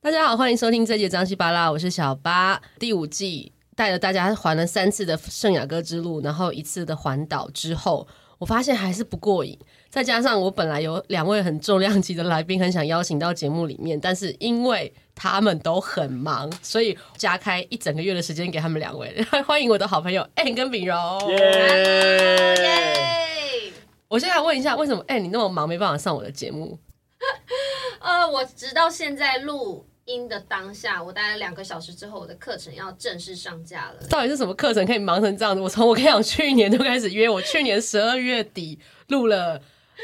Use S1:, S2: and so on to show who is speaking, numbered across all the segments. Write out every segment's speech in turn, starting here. S1: 大家好，欢迎收听这节张西巴拉，我是小八。第五季带着大家环了三次的圣雅各之路，然后一次的环岛之后，我发现还是不过瘾。再加上我本来有两位很重量级的来宾很想邀请到节目里面，但是因为他们都很忙，所以加开一整个月的时间给他们两位。 欢迎我的好朋友 Ann 跟秉荣。
S2: 耶！
S1: 我现在问一下，为什么 Ann 你那么忙没办法上我的节目？
S3: 呃，我直到现在录音的当下，我大概两个小时之后，我的课程要正式上架了。
S1: 到底是什么课程可以忙成这样子？我从我跟你讲，去年就开始约，我去年十二月底录了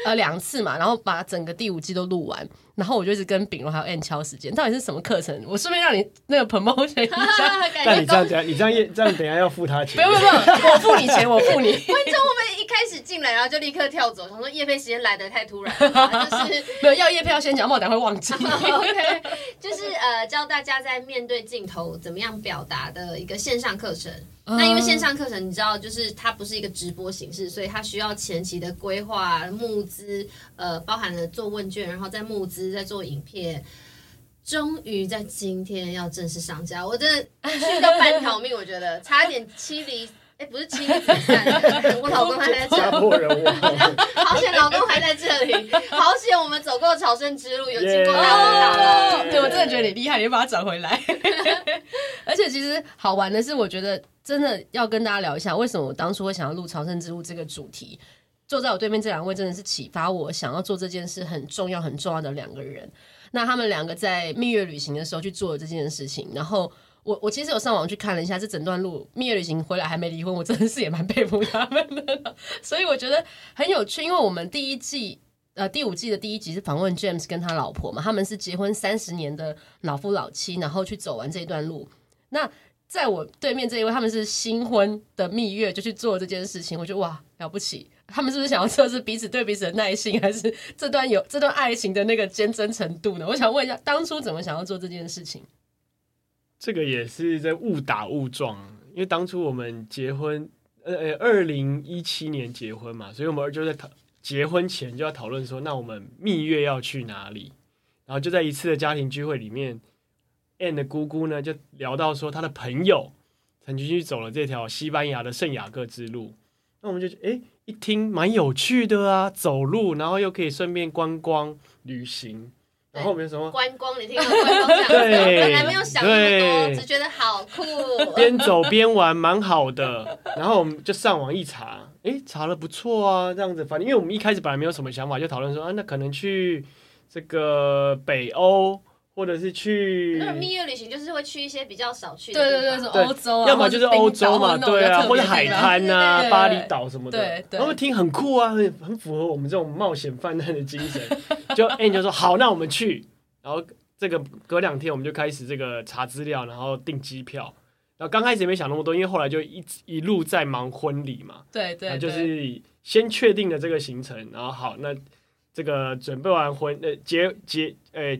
S1: 呃两次嘛，然后把整个第五季都录完，然后我就一直跟秉荣还有 N 敲时间，到底是什么课程？我顺便让你那个 promotion 一下。
S3: 感
S2: 但你这
S3: 觉
S2: 样
S3: 观
S2: 等下，你这样也这样等下要付他
S1: 不
S2: 钱
S1: 用。不用不用，我付你钱，我付你。
S3: 众会不会一开始进来，然后就立刻跳走？想说夜配时间来的太突然了吧，就是
S1: 没有要叶票先讲，不然我等下会忘记。
S3: OK，就是呃，教大家在面对镜头怎么样表达的一个线上课程。
S1: 嗯
S3: 那因为线上课程，你知道，就是它不是一个直播形式，所以它需要前期的规划、募资，呃，包含了做问卷，然后再募资，再做影片。终于在今天要正式上架，我真的去到半条命，我觉得差点妻离，哎，不是妻离子散， 我老公还在
S2: 家
S3: 这，
S2: 破人亡，
S3: 好险老公还在这里，好险我们走过朝圣之路，有经过大风大浪。
S1: 哦对，我真的觉得你厉害，你把它转回来。而且其实好玩的是，我觉得真的要跟大家聊一下，为什么我当初会想要录《朝圣之路》这个主题。坐在我对面这两位真的是启发我想要做这件事很重要、很重要的两个人。那他们两个在蜜月旅行的时候去做了这件事情，然后我我其实有上网去看了一下这整段路，蜜月旅行回来还没离婚，我真的是也蛮佩服他们的了。所以我觉得很有趣，因为我们第一季呃第五季的第一集是访问 James 跟他老婆嘛，他们是结婚三十年的老夫老妻，然后去走完这一段路。那在我对面这一位，他们是新婚的蜜月就去做这件事情，我觉得哇了不起。他们是不是想要测试彼此对彼此的耐性，还是这段有这段爱情的那个坚贞程度呢？我想问一下，当初怎么想要做这件事情？
S2: 这个也是在误打误撞。因为当初我们结婚，呃呃，二零一七年结婚嘛，所以我们就在讨结婚前就要讨论说，那我们蜜月要去哪里？然后就在一次的家庭聚会里面，Anne 的姑姑呢就聊到说，她的朋友曾经去走了这条西班牙的圣雅各之路。那我们就觉得，诶，一听蛮有趣的啊，走路，然后又可以顺便观光旅行。然后我们就什么
S3: 观光，你听到观光这样子，
S2: 对
S3: 本来没有想那么
S2: 对
S3: 多，只觉得好酷。
S2: 边走边玩，蛮好的。然后我们就上网一查，诶，查了不错啊，这样子。反正因为我们一开始本来没有什么想法，就讨论说啊，那可能去这个北欧，或者是去
S3: 那种蜜月旅行就是会去一些比较少去的
S1: 对
S3: 地
S1: 对
S3: 方
S1: 对，是
S2: 对
S1: 欧洲啊，
S2: 要么就是欧洲
S1: 或者是
S2: 嘛，
S1: 冰岛
S2: 对啊，或者
S1: 那种
S2: 海
S1: 比较特别的地方
S2: 滩呐、
S1: 对对对
S2: 巴厘岛什么的。
S1: 对对
S2: 然后我听很酷啊，很很符合我们这种冒险犯难的精神。 就 a n 就说好，那我们去。然后这个隔两天我们就开始这个查资料，然后订机票。然后刚开始也没想那么多，因为后来就一直一路在忙婚礼嘛，
S1: 对对
S2: 然
S1: 对，
S2: 后啊就是先确定了这个行程，然后好，那这个准备完婚，呃，结结，呃，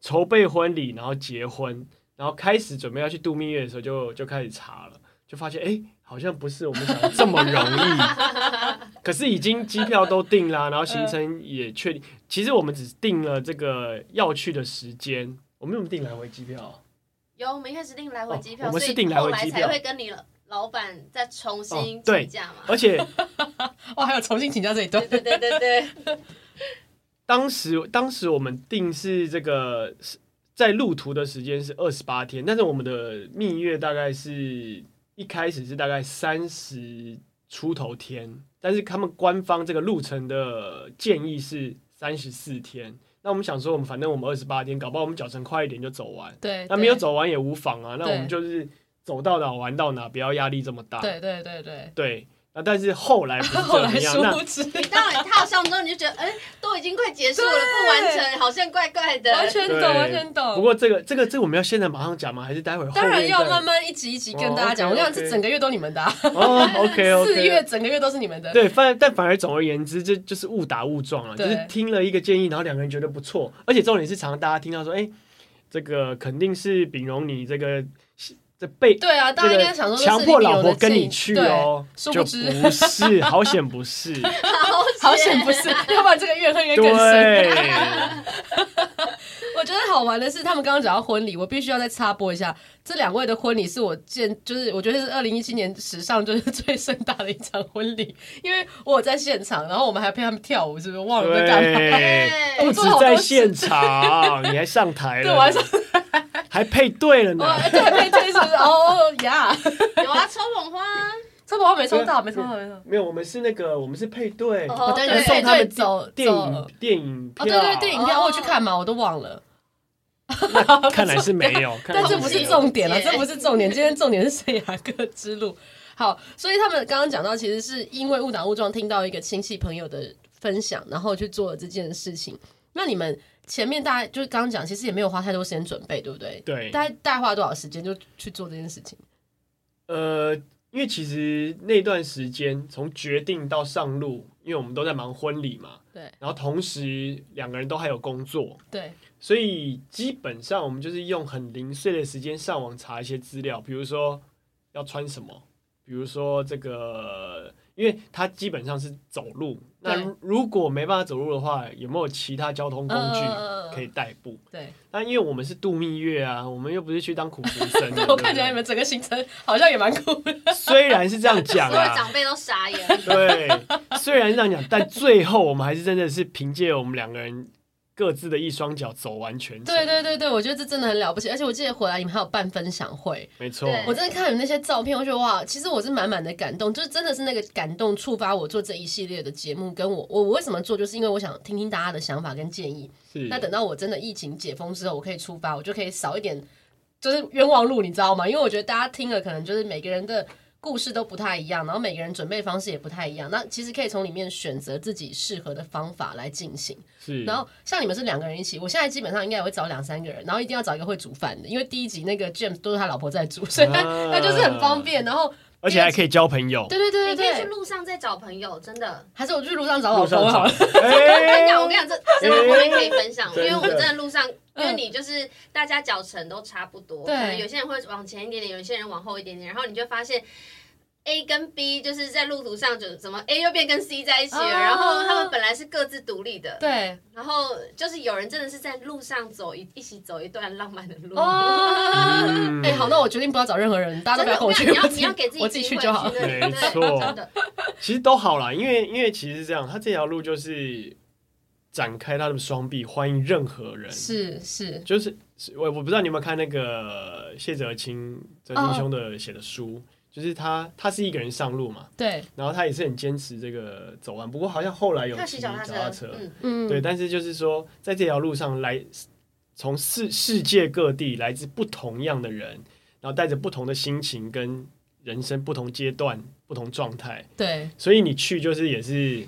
S2: 筹备婚礼，然后结婚，然后开始准备要去度蜜月的时候就，就开始查了，就发现哎，诶好像不是我们想的这么容易。可是已经机票都定啦，然后行程也确定，其实我们只定了这个要去的时间，我们有没有订来回机 票啊？
S3: 有我们一开始订来回机票，
S2: 哦我们是
S3: 所以
S2: 订来回机票
S3: 后来才会跟你老板再重新
S2: 哦对
S3: 请假嘛。
S2: 而且
S1: 哇，还有重新请教这一段
S3: 对，对对对对，
S2: 当时当时我们定是这个是在路途的时间是二十八天，但是我们的蜜月大概是一开始是大概三十出头天，但是他们官方这个路程的建议是三十四天。那我们想说，我们反正我们二十八天，搞不好我们脚程快一点就走完，
S1: 对，
S2: 那没有，走完也无妨啊。那我们
S1: 对
S2: 就是走到哪玩到哪，不要压力这么大。
S1: 对对对对。
S2: 对，那但是后来不 是
S1: 后
S2: 这
S1: 来
S2: 样，
S1: 殊
S2: 那
S1: 不知，
S3: 你到了踏上之后，你就觉得，哎，都已经快结束了，
S1: 对
S3: 不完成，好像怪怪的。
S1: 完全懂，
S2: 对
S1: 完全懂。
S2: 不过这个这个这个我们要现在马上讲吗？还是待会儿后
S1: 当然
S2: 面
S1: 要
S2: 再
S1: 慢慢一集一集跟大家讲。我
S2: 哦
S1: 想
S2: ，OK，OK
S1: 这整个月都你们的啊，
S2: 哦，OK
S1: 四
S2: OK。
S1: 月整个月都是你们的。
S2: 对，反但反而总而言之，这就是误打误撞啊了，就
S1: 对
S2: 是听了一个建议，然后两个人觉得不错，而且重点是常常大家听到说，哎，这个肯定是秉荣你这个这被
S1: 对啊，大家应该想说这是
S2: 强迫
S1: 李炳荣
S2: 老婆
S1: 的
S2: 跟你
S1: 建议
S2: 去
S1: 对
S2: 哦，
S1: 殊
S2: 就
S1: 不知
S2: 不是，好险不是，
S1: 好险不是，要不然这个怨恨应该更深。
S2: 对，
S1: 我觉得好玩的是，他们刚刚讲到婚礼，我必须要再插播一下，这两位的婚礼是我见，就是我觉得是二零一七年史上就是最盛大的一场婚礼，因为我有在现场，然后我们还陪他们跳舞，是不是忘了在干嘛？
S2: 对，
S3: 对
S2: 不止在现场，你还上台了，
S1: 对我还上
S2: 还配对了呢
S1: 我。这还被推是不是？哦呀，
S3: 有啊，抽捧花啊，
S1: 抽宝没抽到，没抽到，没抽到。
S2: 没有，我们是那个，我们是配对，
S3: 哦
S1: 我
S3: 对
S1: 带
S3: 你
S1: 你们
S3: 们
S2: 送
S1: 送
S2: 他
S1: 他
S2: 们
S1: 们走
S2: 电
S1: 走
S2: 影电影
S1: 哦，
S2: 票，
S1: 对对，电影票
S3: 哦
S1: 我有去看嘛，我都忘了。
S2: 看来是没 有，看
S1: 但
S2: 来是
S1: 这不
S2: 没
S1: 是
S2: 有
S1: 重点了，
S3: 了解
S1: 这不是重点。今天重点是圣雅各之路。 好，所以他们刚刚讲到，其实是因为误打误撞听到一个亲戚朋友的分享，然后去做了这件事情。那你们前面大概就是刚刚讲，其实也没有花太多时间准备，对不对？
S2: 对，
S1: 大概大概花了多少时间就去做这件事情？
S2: 呃，因为其实那段时间从决定到上路，因为我们都在忙婚礼嘛，
S1: 对
S2: 然后同时两个人都还有工作，
S1: 对，
S2: 所以基本上我们就是用很零碎的时间上网查一些资料，比如说要穿什么，比如说这个，因为它基本上是走路，那
S1: 对
S2: 如果没办法走路的话，有没有其他交通工具
S1: 呃
S2: 可以代步？
S1: 对，
S2: 那因为我们是度蜜月啊，我们又不是去当苦行僧的。
S1: 对我看
S2: 对不
S1: 起来
S2: 对
S1: 你们整个行程好像也蛮酷的。
S2: 虽然是这样讲
S3: 所有
S2: 啊
S3: 长，辈都傻眼。了。
S2: 对，虽然是这样讲，但最后我们还是真的是凭借我们两个人各自的一双脚走完全程。
S1: 对对对对，我觉得这真的很了不起，而且我记得回来你们还有办分享会，
S2: 没错，
S3: 对
S1: 我真的看你们那些照片，我觉得哇，其实我是满满的感动，就是真的是那个感动触发我做这一系列的节目，跟我我我为什么做，就是因为我想听听大家的想法跟建议。
S2: 是
S1: 那等到我真的疫情解封之后，我可以出发，我就可以少一点就是冤枉路，你知道吗？因为我觉得大家听了，可能就是每个人的故事都不太一样，然后每个人准备方式也不太一样，那其实可以从里面选择自己适合的方法来进行。
S2: 是，
S1: 然后像你们是两个人一起，我现在基本上应该也会找两三个人，然后一定要找一个会煮饭的，因为第一集那个 James 都是他老婆在煮，所以他、
S2: 啊
S1: 他就是很方便。然后
S2: 而且还可以交朋友。
S1: 对对对
S3: 你可以
S1: 对
S3: 去
S1: 对，
S3: 路上再找朋友，真的。
S1: 还是我去路上找老啊
S2: 路上
S1: 哦公好了。
S2: 找，
S3: 我跟你
S2: 哎
S3: 讲，我跟你讲，这这个我也可以分享，因
S2: 真的
S3: 为我真的路上，因
S1: 嗯
S3: 为你就是大家脚程都差不多，
S1: 对
S3: 可能有些人会往前一点点，有些人往后一点点，然后你就发现。A 跟 B 就是在路途上就怎么 A 又变跟 C 在一起了，
S1: 啊
S3: 然后他们本来是各自独立的，
S1: 对
S3: 然后就是有人真的是在路上走一一起走一段浪漫的路，
S1: 哦，
S2: 嗯
S1: 哎、好，那我决定不要找任何人，大家都
S3: 真
S1: 不要跟我
S3: 的，
S1: 去我
S3: 我跟，你
S1: 自
S3: 讲你要你
S1: 己
S3: 要给自己
S1: 我自己
S3: 机
S1: 去
S3: 会
S1: 就好。
S3: 那里
S2: 没
S3: 对
S2: 错
S3: 真的，
S2: 其实都好啦，因为因为其实是这样，他这条路就是展开他的双臂，欢迎任何人。
S1: 是是，
S2: 就是是我我不知道你有没有看那个谢哲青哲青
S1: 哦
S2: 兄的写的书，就是他他是一个人上路嘛，
S1: 对，
S2: 然后他也是很坚持这个走完，不过好像后来有
S3: 他骑
S2: 骑
S3: 脚
S2: 脚
S3: 踏
S2: 踏
S3: 车
S2: 车，，
S3: 嗯，
S1: 嗯，
S2: 对，但是就是说在这条路上来从世世界各地来自不同样的人，然后带着不同的心情跟人生不同阶段不同状态，
S1: 对
S2: 所以你去就是也是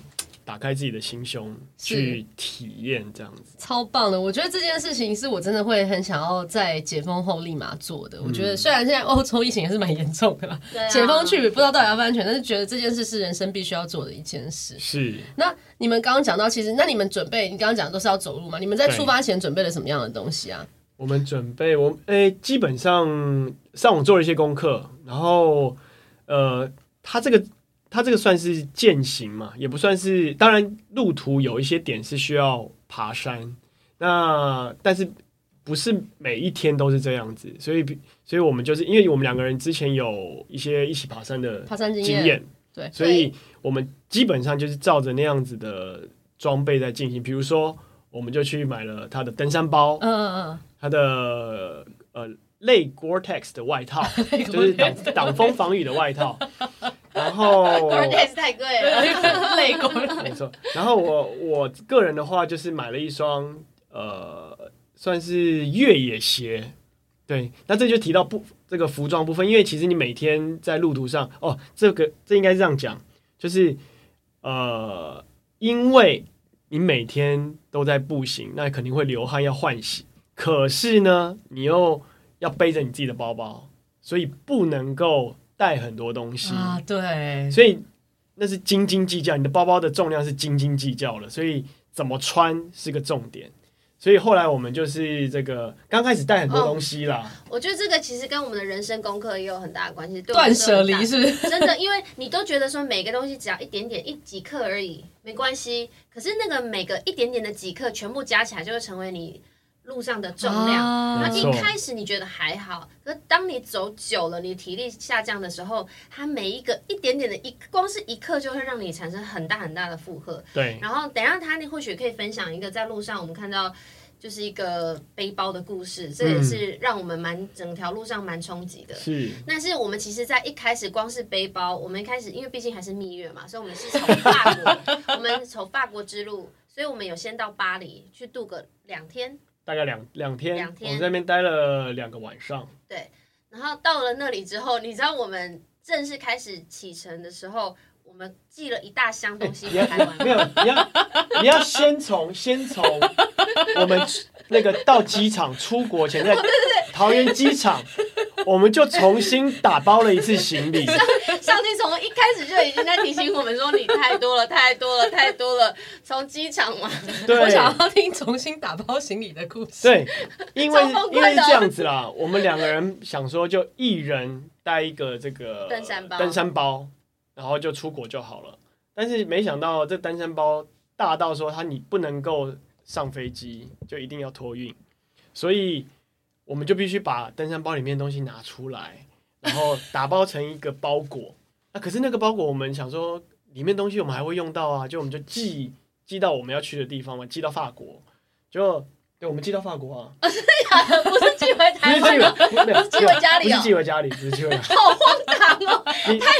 S2: 打开自己的心胸
S1: 是
S2: 去体验这样子，
S1: 超棒的！我觉得这件事情是我真的会很想要在解封后立马做的。我觉
S2: 嗯
S1: 得虽然现在欧洲疫情也是蛮严重的啦，
S3: 对啊
S1: 解封去不知道到底安不安全，但是觉得这件事是人生必须要做的一件事。
S2: 是。
S1: 那你们刚刚讲到，其实那你们准备，你刚刚讲的都是要走路嘛？你们在出发前准备了什么样的东西啊？
S2: 我们准备，我诶、基本上上网做了一些功课，然后呃，它这个它这个算是践行嘛，也不算是，当然路途有一些点是需要爬山，那但是不是每一天都是这样子，所以所以我们就是因为我们两个人之前有一些一起爬山的
S1: 爬山经
S2: 经
S1: 验，
S2: 验，
S1: 对
S2: 所以我们基本上就是照着那样子的装备在进行，比如说我们就去买了他的登山包，
S1: 嗯嗯
S2: 它的呃类 Gore-Tex 的外套，
S1: 嗯，
S2: 就是挡挡风防雨的外套，然后
S3: 果然也是太贵
S1: 啊
S3: 了，
S1: 累过了。
S2: 没错，然后我我个人的话就是买了一双呃算是越野鞋，对，那这就提到不这个服装部分，因为其实你每天在路途上哦，这个这应该是这样讲，就是呃，因为你每天都在步行，那肯定会流汗要换洗，可是呢，你又要背着你自己的包包，所以不能够带很多东西
S1: 啊，对，
S2: 所以那是斤斤计较，你的包包的重量是斤斤计较了，所以怎么穿是个重点。所以后来我们就是这个刚开始带很多东西啦，
S3: 我觉得这个其实跟我们的人生功课也有很大的关系，对我们
S1: 断
S3: 来说
S1: 舍
S3: 很大
S1: 离是不是？
S3: 真的，因为你都觉得说每个东西只要一点点一几克而已，没关系。可是那个每个一点点的几克全部加起来，就会成为你路上的重量。
S1: 啊
S3: 那
S2: 没
S3: 一
S2: 错
S3: 开始你觉得还好，可是当你走久了，你体力下降的时候，它每一个一点点的一光是一刻就会让你产生很大很大的负荷。
S2: 对，
S3: 然后等一下他或许可以分享一个在路上我们看到就是一个背包的故事，这也是让我们蛮整条路上蛮冲击的。
S2: 是
S3: 但是我们其实，在一开始光是背包，我们一开始因为毕竟还是蜜月嘛，所以我们是从法国，我们从法国之路，所以我们有先到巴黎去度个两天，
S2: 大概两两天，
S3: 两天
S2: 我们在那边待了两个晚上，
S3: 然后到了那里之后，你知道我们正式开始启程的时候，我们寄了一大箱东 西
S2: 哎你
S3: 回
S2: 要
S3: 台湾。
S2: 没有，你要你要先从先从我们那个到机场出国前，在桃园机 场，我们就重新打包了一次行 李。
S3: 上帝从一开始就已经在提醒我们说，你太多了，太多了，太多了。从机场嘛，
S1: 我
S2: 对
S1: 想要听重新打包行李的故事。，
S2: 对，因为
S3: 超崩溃的
S2: 因为是这样子啦， 我们两个人想说就一人带一个这个
S3: 登山包
S2: 登山包，然后就出国就好了。但是没想到这登山包大到说它你不能够上飞机，就一定要托运，所以我们就必须把登山包里面的东西拿出来，然后打包成一个包裹。那、可是那个包裹，我们想说里面东西我们还会用到啊，就我们就寄寄到我们要去的地方嘛，寄到法国，就对，我们寄到法国啊，
S3: 不是寄回
S2: 不是
S3: 台
S2: 寄
S3: 湾
S2: 回
S3: 了，
S2: 不是没有
S3: 寄回家里
S2: 不
S3: 哦
S2: 是寄回家里，不是寄回家里。
S3: 好荒唐哦，
S2: 你
S3: 荒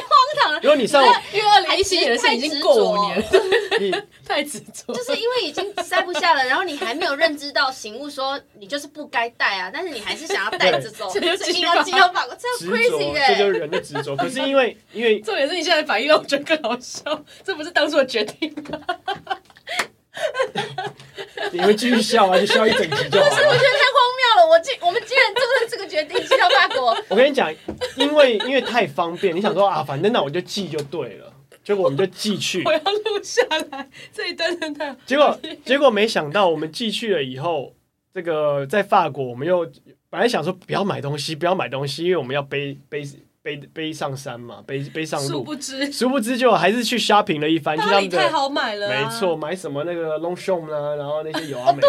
S3: 唐了。
S2: 如果你上网
S1: 因为二零一七年的事已经过五年了，
S2: 你
S1: 太执着
S3: 就。是因为已经塞不下了，然后你还没有认知到醒悟，说你就是不该带啊，但是你还是想要带着走，所
S1: 对
S3: 以硬要寄到法国，
S2: 执
S3: 这 样
S2: 着，
S3: crazy
S2: 这就是
S3: 的。
S2: 人的执着。可是因为因为
S1: 重点是你现在反应让我觉得更好笑，这不是当初的决定吗？
S2: 你会继续笑啊，就笑一整集就好了
S3: 我。 觉得太荒谬了，我竟我们竟然做了这个决定，寄到法国，
S2: 我跟你讲，因为因为太方便，你想说啊，反正那我就寄就对了，结果我们就寄 去
S1: 我，要录下来，这一段真的
S2: 结果结果没想到我们寄去了以后，这个在法国我们又本来想说不要买东西，不要买东西，因为我们要背背背背上山嘛，背背上
S1: 殊
S2: 路。
S1: 不知，
S2: 殊不知就还是去 shopping 了一番，去
S1: 巴
S2: 他
S1: 黎
S2: 们
S1: 太
S2: 的。
S1: 好买了、啊
S2: 没错，，买什么那个 Longchamp 啦、然后那些有啊美的，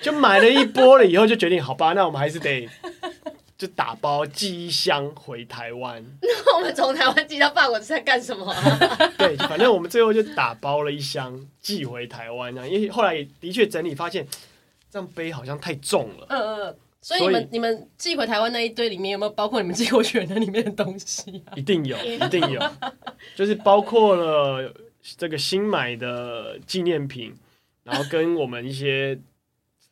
S2: 就买了一波了以后，就决定好吧，那我们还是得 就打包寄一箱回台湾。
S3: 那 我们从台湾寄到法国是在干什么啊？
S2: 对，反正我们最后就打包了一箱寄回台湾，这样，因为后来也的确整理发现，这样背好像太重了。
S1: 嗯嗯。嗯所以你
S2: 所以
S1: 们你们寄回台湾那一堆里面有没有包括你们寄过去的那里面的东西 啊？
S2: 一定有，一定有，就是包括了这个新买的纪念品，然后跟我们一些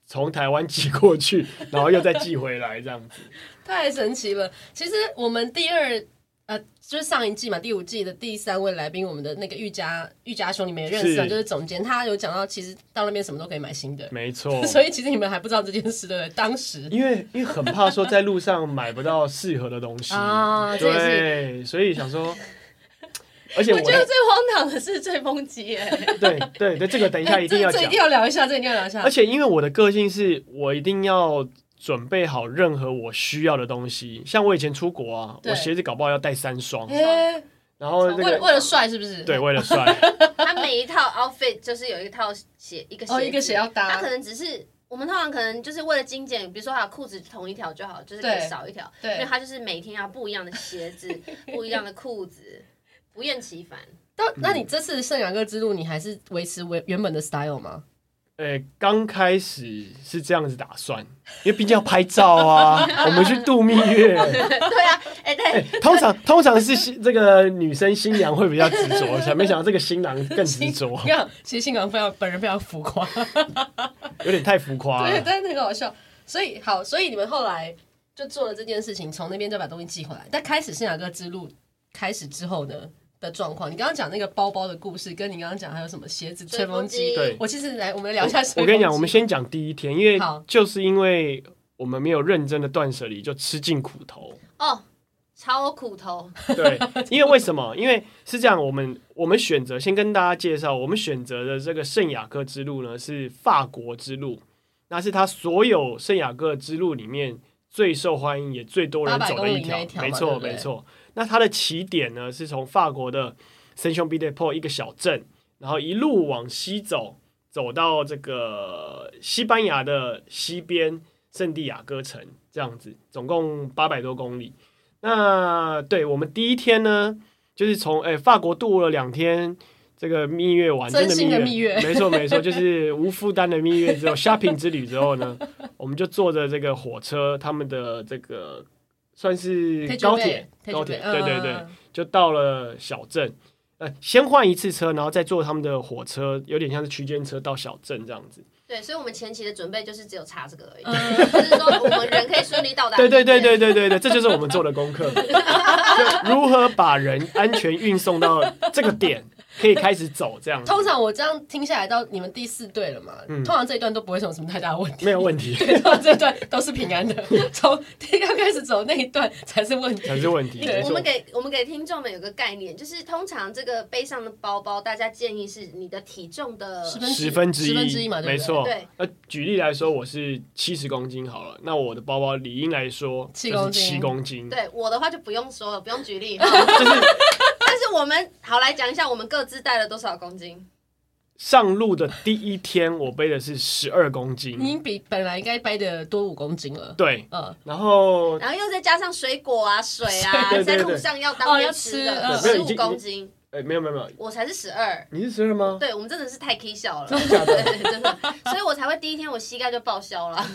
S2: 从台湾寄 过去，然后又再寄回来这样子。
S1: 太神奇了！其实我们第二呃，就是上一季嘛，第五季的第三位来宾，我们的那个玉佳玉佳兄，你们也认识啊，
S2: 是
S1: 就是总监，他有讲到，其实到那边什么都可以买新的，
S2: 没 错，
S1: 所以其实你们还不知道这件事，对不对？当 时
S2: 因为因为很怕说在路上买不到适合的 东西，
S1: 啊这也是
S2: 对，所以想说，而且
S3: 我
S2: 我
S3: 觉得最荒唐的是最风机耶、
S2: 对对对，这个等一下一定要
S1: 这这一
S2: 讲
S1: 定。要聊一下，这一定要聊一下
S2: 而。且因为我的个性是我一定要准备好任何我需要的东西，像我以前出国啊，
S1: 对
S2: 我鞋子搞不好要带三双，
S1: 哎，
S2: 然后这
S1: 为了
S2: 个
S1: 为了帅是不是？
S2: 对为 了帅，
S3: 他每一套 outfit 就是有一套鞋，一个鞋子
S1: 哦，一个鞋要
S3: 他
S1: 搭
S3: 可，能只是我们通常可能就是为了精简，比如说啊裤子同一条就好，就是可以
S1: 对
S3: 少一条，因为
S1: 对。
S3: 他就是每天要不一样的鞋 子，不一样的裤子，不厌其烦。
S1: 那
S2: 嗯
S1: 那你这次圣雅各之路，你还是维持原原本的 style 吗？
S2: 呃，刚开始是这样子打算，因为毕竟要拍照 啊，我们去度蜜月，
S3: 对啊，哎、
S2: 哎
S3: 对，
S2: 通常通常是新这个女生新娘会比较执着，想没想到这个新郎更执着，
S1: 你看，其实新郎非常本人非常浮 夸。
S2: 有点太浮夸
S1: 对，
S2: 了。
S1: 但是很好笑。所以好，所以你们后来就做了这件事情，从那边再把东西寄回来。但开始圣雅各之路开始之后呢的状况，你刚刚讲那个包包的故事，跟你刚刚讲还有什么鞋子、吹风机，
S2: 对
S1: 我其实来我们聊一下吹风机。
S2: 我跟你讲，我们先讲第一天，因为
S1: 好
S2: 就是因为我们没有认真的断舍离，就吃尽苦头。
S3: 哦，超苦头，
S2: 对，因为为什么？因为是这样，我们我们选择先跟大家介绍，我们选择的这个圣雅各之路呢是法国之路，那是它所有圣雅各之路里面最受欢迎也最多人
S1: 800
S2: 走的一
S1: 公里那一条嘛
S2: 没
S1: 对
S2: 错
S1: 不对
S2: 没错。那它的起点呢是从法国的 s a i n t j o n b i d e p o 一个小镇，然后一路往西走，走到这个西班牙的西边圣地亚哥城，这样子，总共八百多公里。那对我们第一天呢，就是从哎法国度过了两天。这个蜜月完
S1: 真
S2: 真的蜜
S1: 心
S2: 月，
S1: 的蜜月
S2: 没错没错，就是无负担的蜜月之后，shopping 之旅之后呢， 我们就坐着这个火车，他们的这个算是
S1: 可以准
S2: 高
S1: 备
S2: 铁，
S1: 可以
S2: 高
S1: 准备
S2: 铁，对对
S1: 嗯
S2: 对，就到了小镇。呃，先换一次车，然后再坐他们的火车，有点像是区间车到小镇这样子。
S3: 对，所以我们前期的准备就是只有查这个而已，
S1: 嗯
S3: 就是说我们人可以顺利到 达。
S2: 对对对对对对对，这就是我们做的功课，就如何把人安全运送到这个点，可以开始走这样子，
S1: 通常我这样听下来，到你们第四队了嘛，
S2: 嗯
S1: 通常这一段都不会有什么太大的问题。
S2: 没有问题
S1: 对，通常这一段都是平安的，从第一个开始走那一段才是问题。
S2: 才是问题。
S3: 你
S1: 对
S2: 没
S3: 我
S2: 错
S3: 们给我们给听众们有个概念，就是通常这个背上的包包，大家建议是你的体重的
S1: 10分
S2: 十分之一，
S1: 十分之一嘛对不对
S2: 没错
S3: 对。
S2: 那举例来说，我是七十公斤好了，那我的包包理应来说
S1: 7
S2: 就是
S1: 公斤
S2: 七公斤，
S3: 对我的话就不用说了，不用举 例。但是我们好来讲一下，我们各自带了多少公斤？
S2: 上路的第一天，我背的是十二公
S1: 你已
S2: 斤，
S1: 经比本来应该掰的多五公斤了。
S2: 对，
S1: 嗯，
S2: 然后
S3: 然后又再加上水果啊、水啊，
S2: 对对
S3: 在
S2: 对
S3: 路上要
S1: 哦
S3: 当
S1: 要
S3: 天
S1: 吃
S3: 的
S1: 嗯
S2: 对
S3: 十
S2: 已经
S3: 五公斤，
S2: 呃没有没有没有，
S3: 我才是十二。
S2: 你是十二吗？
S3: 对我们真的是太 K 笑了，
S2: 真的假的
S3: 对真的， 所以我才会第一天我膝盖就报销了。
S1: 啊，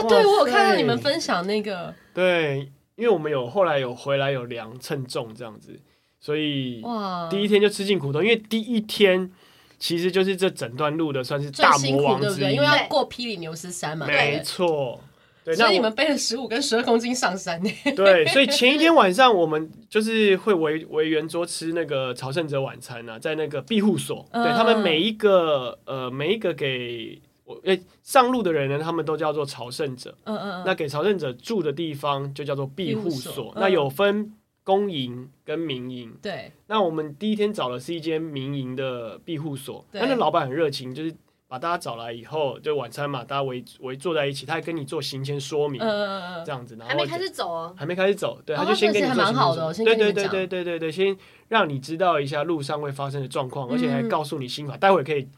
S2: 哇
S1: 对我有看到
S2: 塞
S1: 你们分享那个，
S2: 对，因为我们有后来有回来有量称重这样子，所以
S1: 哇，
S2: 第一天就吃尽苦头，因为第一天其实就是这整段路的算是
S1: 最
S2: 大
S1: 辛
S2: 魔
S1: 苦
S2: 王
S1: 对不
S2: 之
S1: 对？
S2: 一
S1: 因为，要过霹雳牛斯山嘛，
S2: 没
S1: 对。
S2: 错。对，那
S1: 所以你
S2: 我
S1: 们背了十五跟十二公斤上山呢，
S2: 对，所以前一天晚上我们就是会围围圆桌吃那个朝圣者晚餐啊，在那个庇护所，
S1: 嗯
S2: 对他们每一个呃每一个给我诶、上路的人呢，他们都叫做朝圣者，
S1: 嗯嗯
S2: 那给朝圣者住的地方就叫做庇护
S1: 庇护所
S2: 所，
S1: 嗯
S2: 那有分公营跟民营。
S1: 对，
S2: 那我们第一天找的是一间民营的庇护所，
S1: 对
S2: 那那老板很热情，就是把大家找来以后，就晚餐嘛，大家围围坐在一起，他还跟你做行前说明
S1: 嗯，嗯嗯
S2: 这样子，然后
S3: 还没
S2: 就
S3: 开始走哦，
S2: 还没开始走，对，
S1: 哦
S2: 他就先跟你
S1: 那真的
S2: 做
S1: 是还蛮好的哦
S2: 说
S1: 先
S2: 明
S1: 跟你
S2: 对
S1: 们
S2: 对对对对对，先让你知道一下路上会发生的状况，
S1: 嗯
S2: 而且还告诉你心法，待会可以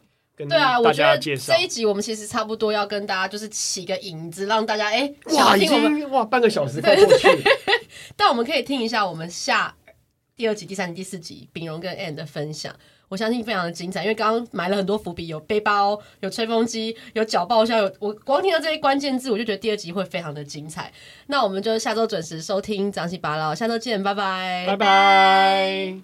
S1: 嗯，
S2: 跟
S1: 对啊，我
S2: 大
S1: 觉
S2: 家
S1: 得
S2: 介绍
S1: 这。一集我们其实差不多要跟大家就是起个引子，让大家哎
S2: 哇，
S1: 想
S2: 已
S1: 听我们，
S2: 经哇半个小时快过去了，
S1: 但我们可以听一下我们下第二集、第三集、第四集丙荣跟 Anne 的分享，我相信非常的精彩，因为刚刚埋了很多伏笔，有背包、 有吹风机、有脚报销，有我光听到这些关键字，我就觉得第二集会非常的精彩。那我们就下周准时收听《张喜八老》，下周见，拜拜，
S2: 拜拜。